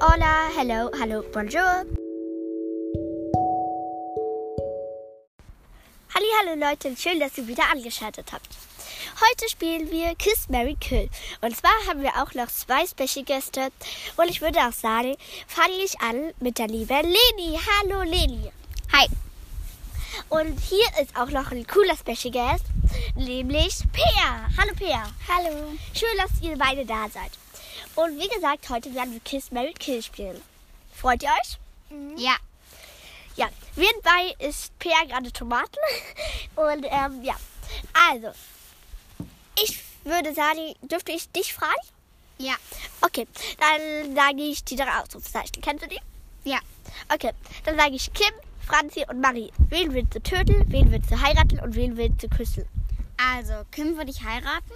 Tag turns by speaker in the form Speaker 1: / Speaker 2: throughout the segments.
Speaker 1: Hola, hello, hallo, bonjour. Halli, hallo Leute und schön, dass ihr wieder angeschaltet habt. Heute spielen wir Kiss Mary Kill. Und zwar haben wir auch noch zwei Special Gäste. Und ich würde auch sagen, fange ich an mit der lieben Leni. Hallo Leni. Hi. Und hier ist auch noch ein cooler Special Guest, nämlich Peer. Hallo Peer. Hallo. Schön, dass ihr beide da seid. Und wie gesagt, heute werden wir Kiss Mary Kill spielen. Freut ihr euch?
Speaker 2: Ja.
Speaker 1: Ja, nebenbei ist Peer gerade Tomaten. Und ähm, ja, also, ich würde sagen, dürfte ich dich fragen?
Speaker 2: Ja.
Speaker 1: Okay, dann sage ich die drei Ausrufezeichen. Kennst du die?
Speaker 2: Ja.
Speaker 1: Okay, dann sage ich Kim, Franzi und Marie. Wen willst du töten, wen willst du heiraten und wen willst du küssen?
Speaker 2: Also, Kim würde ich heiraten.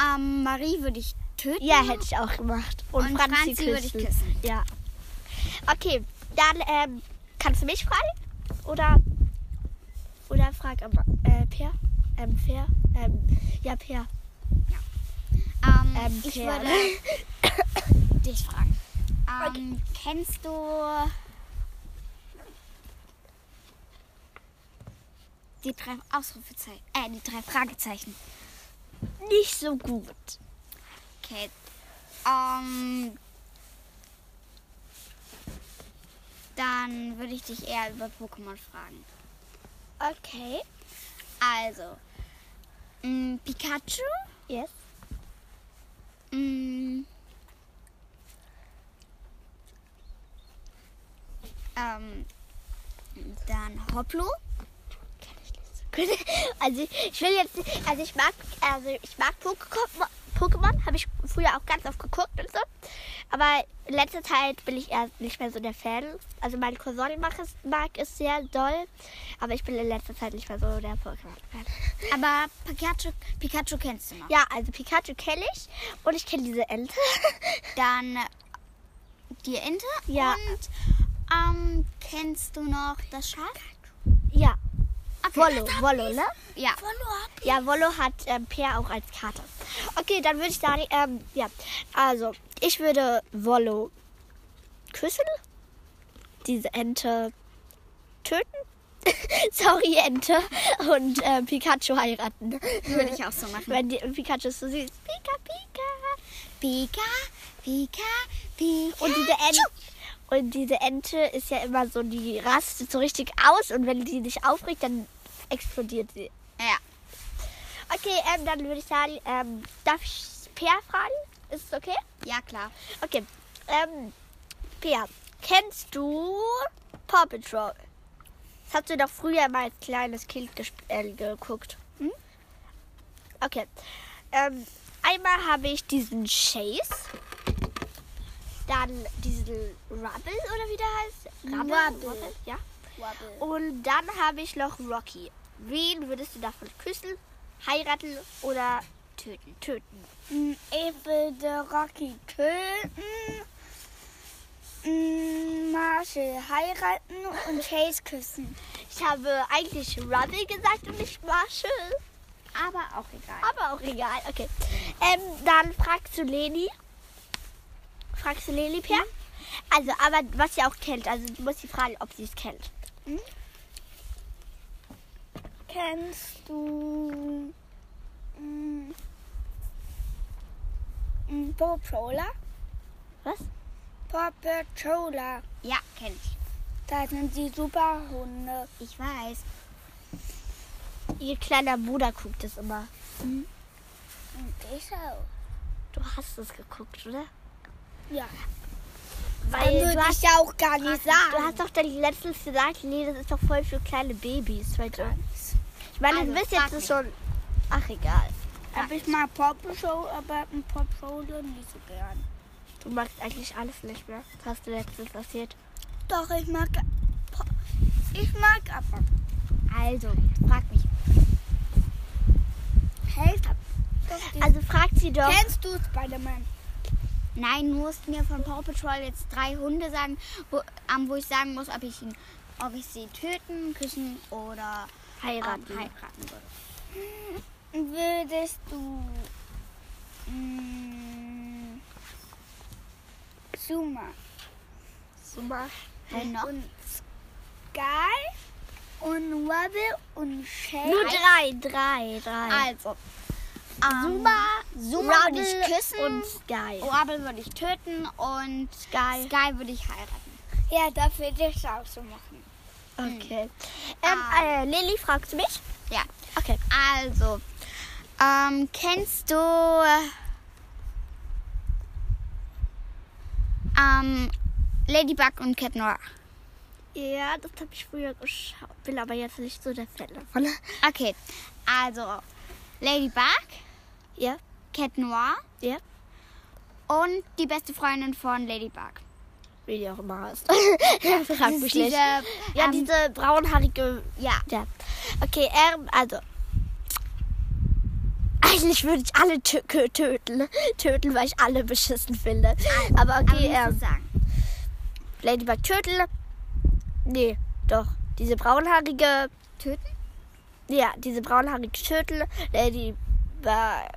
Speaker 2: Ähm, Marie würde ich töten.
Speaker 1: Ja, hätte ich auch gemacht. Und,
Speaker 2: Und
Speaker 1: Franzi,
Speaker 2: Franzi
Speaker 1: küssen.
Speaker 2: würde ich küssen.
Speaker 1: Ja. Okay, dann ähm, kannst du mich fragen? Oder, oder frag am- äh, Per. Ähm, Per. Ähm, ja, Per.
Speaker 2: Ähm,
Speaker 1: Ähm,
Speaker 2: ich
Speaker 1: Peer.
Speaker 2: würde dich fragen. Ähm, Kennst du die drei Ausrufezeichen? Äh, die drei Fragezeichen.
Speaker 1: Nicht so gut.
Speaker 2: Okay. Ähm, dann würde ich dich eher über Pokémon fragen.
Speaker 1: Okay.
Speaker 2: Also, mh, Pikachu,
Speaker 1: Yes.
Speaker 2: mh, ähm, dann Hoplo.
Speaker 1: Also ich will jetzt, also ich mag, also ich mag Pokémon, Pokémon habe ich früher auch ganz oft geguckt und so. Aber in letzter Zeit bin ich eher nicht mehr so der Fan. Also mein Cousin mag es, mag es sehr doll, aber ich bin in letzter Zeit nicht mehr so der Pokémon-Fan.
Speaker 2: Aber Pikachu, Pikachu kennst du noch.
Speaker 1: Ja, also Pikachu kenne ich und ich kenne diese Ente.
Speaker 2: Dann äh, die Ente.
Speaker 1: Ja.
Speaker 2: Und ähm, kennst du noch das Schaf?
Speaker 1: ja,
Speaker 2: Okay.
Speaker 1: Wollo, Wollo, ne?
Speaker 2: Ja.
Speaker 1: Ja, Wollo hat ähm, Peer auch als Kater. Okay, dann würde ich sagen, ähm, ja, also ich würde Wollo küssen, diese Ente töten. Sorry, Ente. Und äh, Pikachu heiraten.
Speaker 2: Würde ich auch so machen.
Speaker 1: Wenn die, und Pikachu ist so süß. Pika, Pika.
Speaker 2: Pika, Pika, Pika.
Speaker 1: Und diese Ente. Und diese Ente ist ja immer so, die rastet so richtig aus und wenn die sich aufregt, dann explodiert sie.
Speaker 2: Ja.
Speaker 1: Okay, ähm, dann würde ich sagen, ähm, darf ich Peer fragen? Ist es okay?
Speaker 2: Ja, klar.
Speaker 1: Okay. Ähm, Pia, kennst du Paw Patrol? Das hast du doch früher mal als kleines Kind gesp- äh, geguckt. Hm? Okay. Ähm, einmal habe ich diesen Chase. Dann diesen Rubble, oder wie der heißt?
Speaker 2: Rubble.
Speaker 1: ja. Und dann habe ich noch Rocky. Wen würdest du davon küssen, heiraten oder töten? Töten.
Speaker 2: Mm, Ich würde Rocky töten, mm, Marshall heiraten und Chase küssen.
Speaker 1: Ich habe eigentlich Rubble gesagt und nicht Marshall.
Speaker 2: Aber auch egal.
Speaker 1: Aber auch egal, okay. Ähm, dann fragst du Leni. Fragst du Leni,
Speaker 2: Mhm.
Speaker 1: Per? Also, aber was sie auch kennt. Also, du musst sie fragen, ob sie es kennt.
Speaker 2: Mhm. Kennst du mm, mm, Paw Patroller?
Speaker 1: Was?
Speaker 2: Paw Patroller. Ja, kenn ich. Da sind die Superhunde. Ich weiß.
Speaker 1: Ihr kleiner Bruder guckt es immer.
Speaker 2: Und ich auch.
Speaker 1: Du hast es geguckt, oder?
Speaker 2: Ja. Äh,
Speaker 1: Weil du hast,
Speaker 2: ja auch gar nicht
Speaker 1: du hast doch dann letztens gesagt, nee, das ist doch voll für kleine Babys. Weißt du? Ich meine,
Speaker 2: Also,
Speaker 1: du bist
Speaker 2: frag
Speaker 1: jetzt
Speaker 2: mich.
Speaker 1: schon... Ach, egal.
Speaker 2: Habe ich mal Popshow, aber ein Popshow nicht so gern.
Speaker 1: Du magst eigentlich alles nicht mehr. Das hast du letztens erzählt.
Speaker 2: Doch, ich mag. Pop ich mag aber.
Speaker 1: Also, frag mich.
Speaker 2: Helft ab.
Speaker 1: Also, frag sie doch.
Speaker 2: Kennst du Spider-Man? Nein, du musst mir von Paw Patrol jetzt drei Hunde sagen, wo, ähm, wo ich sagen muss, ob ich, ihn, ob ich sie töten, küssen oder ähm,
Speaker 1: Heiraten.
Speaker 2: heiraten würde. Würdest du Zuma.
Speaker 1: Super.
Speaker 2: Wer noch?
Speaker 3: Und Sky und Wobble und Shake.
Speaker 1: Nur drei, drei, drei.
Speaker 2: Also. Zuma, Zuma würde Also, ich küssen. Oh,
Speaker 1: und Sky.
Speaker 2: Oabel würde ich töten und Sky, würde ich heiraten.
Speaker 3: Ja, das würde ich auch so machen.
Speaker 1: Okay. Ähm, äh, Lilly, fragst du mich?
Speaker 2: hm. Ah. Ja.
Speaker 1: Okay.
Speaker 2: Also, ähm, kennst du ähm, Ladybug und Cat Noir?
Speaker 1: Ja, das habe ich früher geschaut. Bin aber jetzt nicht so der Fan davon.
Speaker 2: Okay, also Ladybug,
Speaker 1: Ja,
Speaker 2: Cat Noir
Speaker 1: ja.
Speaker 2: und die beste Freundin von Ladybug.
Speaker 1: Wie die auch immer heißt. Frag
Speaker 2: Das
Speaker 1: mich
Speaker 2: ist
Speaker 1: nicht.
Speaker 2: diese,
Speaker 1: Ja,
Speaker 2: ähm,
Speaker 1: diese braunhaarige.
Speaker 2: Ja,
Speaker 1: Ja. Okay, ähm, also. Eigentlich würde ich alle tö kö- töten. ne? Töten, weil ich alle beschissen finde. Aber
Speaker 2: aber
Speaker 1: okay,
Speaker 2: musst du
Speaker 1: ähm,
Speaker 2: sagen.
Speaker 1: Ladybug töten. Nee, doch. Diese braunhaarige.
Speaker 2: Töten?
Speaker 1: Ja, diese braunhaarige Schüttel, Lady Bug.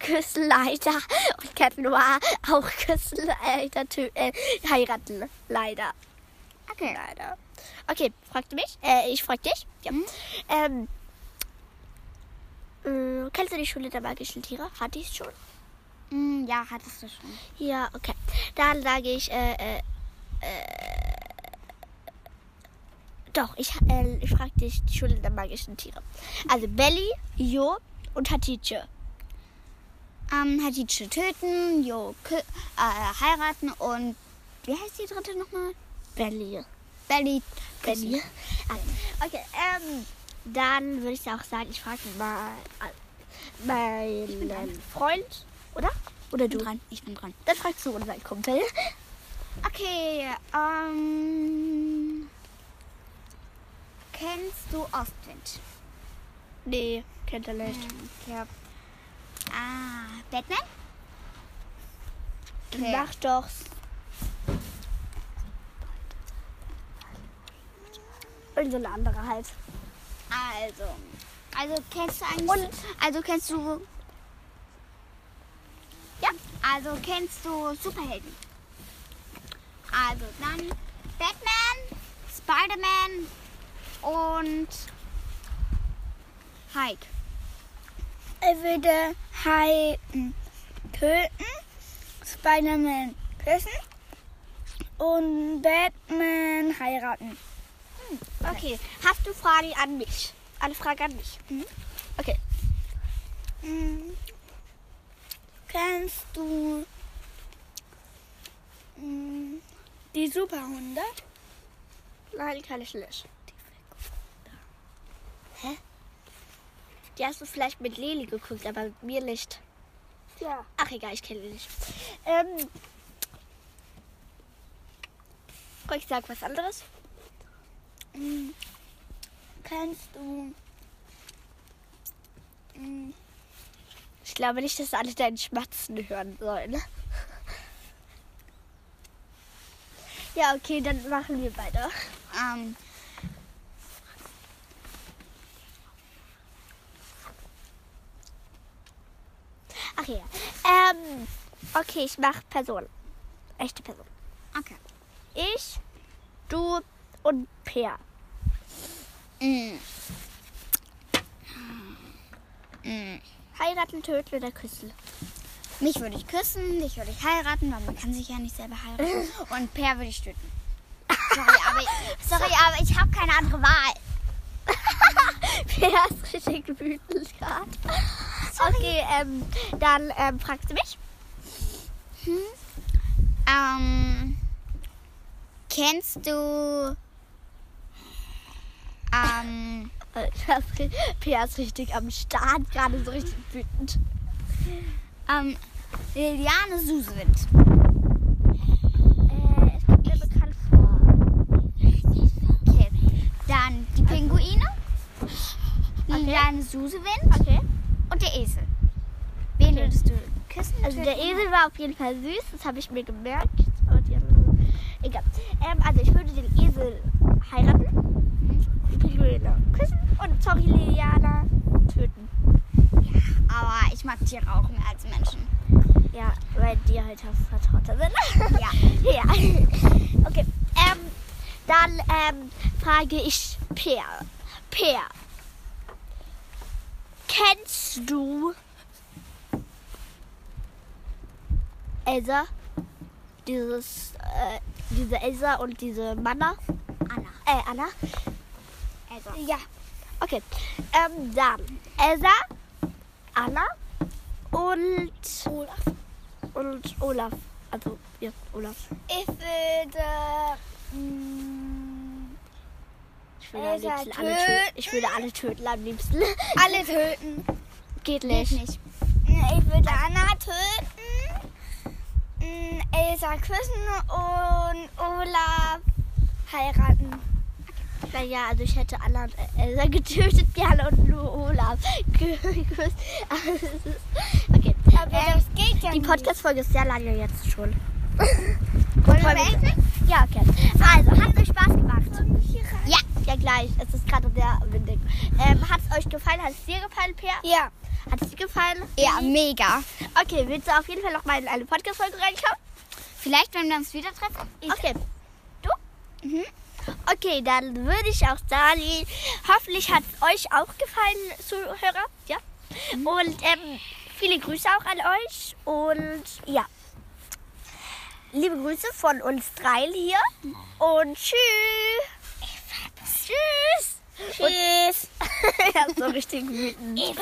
Speaker 1: Küssenleiter und Cat Noir auch Küssenleiter tö- äh, heiraten. Leider,
Speaker 2: Okay.
Speaker 1: leider. Okay, fragt du mich? Äh, ich frag dich. Ja.
Speaker 2: Mhm.
Speaker 1: Ähm, äh, kennst du die Schule der magischen Tiere? Hatte ich schon?
Speaker 2: Mm, ja, hattest du schon.
Speaker 1: Ja, okay. Dann sage ich, äh, äh, äh, doch, ich, äh, ich frage dich die Schule der magischen Tiere. Also Belly, Jo und Hatice.
Speaker 2: Ähm, Hatice töten, Jo kü- äh, heiraten und wie heißt die dritte nochmal?
Speaker 1: Belly.
Speaker 2: Belly. küssen.
Speaker 1: Belly. Ah, okay, ähm, dann würde ich auch sagen, ich frage mal äh, meinen Freund, oder? Oder
Speaker 2: Ich
Speaker 1: du?
Speaker 2: bin dran, ich bin dran.
Speaker 1: Dann fragst du oder dein Kumpel.
Speaker 2: Okay, ähm. Kennst du Ostwind?
Speaker 1: Nee, kennt er nicht.
Speaker 2: Ähm, Ja. Ah, Batman?
Speaker 1: Okay. Mach doch. Und so eine andere halt.
Speaker 2: Also. Also kennst du eigentlich.
Speaker 1: Und-
Speaker 2: also kennst du. Ja, also kennst du Superhelden. Also dann Batman, Spider-Man und Hike.
Speaker 3: Er würde Haien töten, Spider-Man küssen und Batman heiraten.
Speaker 1: Okay. Hast du Fragen an mich? Eine Frage an mich. Hm? Okay.
Speaker 3: Mhm. Kennst du mhm, die Superhunde?
Speaker 1: Nein, kann ich nicht. Hä? Die hast du vielleicht mit Leli geguckt, aber mit mir nicht.
Speaker 3: Ja.
Speaker 1: Ach egal, ich kenne die nicht. Ähm. Komm, ich sag was anderes.
Speaker 3: Kennst du mhm,
Speaker 1: Hm. Ich glaube nicht, dass alle deinen Schmatzen hören sollen. Ja, okay, dann machen wir weiter.
Speaker 2: Ähm,
Speaker 1: Ach ja. Ähm, okay, ich mache Personen. Echte Personen.
Speaker 2: okay.
Speaker 1: Ich, du und Peer.
Speaker 2: Mm. Mm.
Speaker 1: Heiraten, töten oder küssen.
Speaker 2: Mich würde ich küssen, dich würde ich heiraten, weil man kann sich ja nicht selber heiraten. Und Per würde ich töten. Sorry, aber ich, sorry, aber ich habe keine andere Wahl.
Speaker 1: Peer ist richtig wütend gerade. Okay, ähm, dann ähm, fragst du mich.
Speaker 2: Ähm, kennst du ähm,
Speaker 1: Alter, Peer ist richtig am Start, gerade so richtig wütend.
Speaker 2: ähm, Liliane Susewind?
Speaker 1: Äh, es gibt eine bekannte Frau.
Speaker 2: Okay. Dann die Pinguine, Liliane Susewind
Speaker 1: Okay.
Speaker 2: und der Esel. Wen
Speaker 1: Okay.
Speaker 2: würdest du küssen?
Speaker 1: Also der
Speaker 2: töten?
Speaker 1: Esel war auf jeden Fall süß, das habe ich mir gemerkt. Und ja, egal. Ähm, also ich würde den Esel heiraten, die Pinguine küssen und sorry Liliana töten.
Speaker 2: Aber ich mag Tiere auch mehr als Menschen.
Speaker 1: Ja, weil die halt vertrauter sind.
Speaker 2: Ja.
Speaker 1: ja. Okay. Ähm, dann ähm, frage ich Per. Per. Kennst du Elsa? Dieses, äh, diese Elsa und diese Manna?
Speaker 2: Anna.
Speaker 1: Äh, Anna?
Speaker 2: Also,
Speaker 1: Ja. Okay. Ähm, dann Elsa, Anna und
Speaker 3: Olaf.
Speaker 1: und Olaf. Also, ja, Olaf.
Speaker 3: Ich würde. mm,
Speaker 1: Ich würde, am
Speaker 3: Elsa
Speaker 1: liebsten alle töten.
Speaker 3: töten.
Speaker 1: ich würde alle töten am liebsten.
Speaker 3: alle töten.
Speaker 1: Geht
Speaker 2: geht
Speaker 1: nicht.
Speaker 2: nicht.
Speaker 3: Ich würde Anna töten, mm, Elsa küssen und Olaf heiraten.
Speaker 1: Naja, also ich hätte Anna und Elsa getötet, gerne und nur Olaf geküsst. Also, es ist- okay.
Speaker 3: Aber
Speaker 1: Ähm,
Speaker 3: das geht ja
Speaker 1: die
Speaker 3: nicht.
Speaker 1: Podcast-Folge ist sehr lange jetzt schon.
Speaker 2: Wollen wir
Speaker 1: Voll gut.
Speaker 2: beenden?
Speaker 1: Ja, okay. Also, hat euch Spaß gemacht?
Speaker 2: Ja.
Speaker 1: Ja, gleich. Es ist gerade sehr windig. Ähm, hat es euch gefallen? Hat es dir gefallen, Per?
Speaker 3: Ja.
Speaker 1: Hat es dir gefallen?
Speaker 2: Ja, mega.
Speaker 1: Okay, willst du auf jeden Fall noch mal in eine Podcast-Folge reinkommen?
Speaker 2: Vielleicht, wenn wir uns wieder treffen.
Speaker 1: Okay. Du? Okay, dann würde ich auch sagen, hoffentlich hat es euch auch gefallen, Zuhörer. Ja. Und ähm, viele Grüße auch an euch. Und ja. Liebe Grüße von uns dreien hier. Und tschüss. Tschüss. Tschüss. Und, ja, so richtig wütend.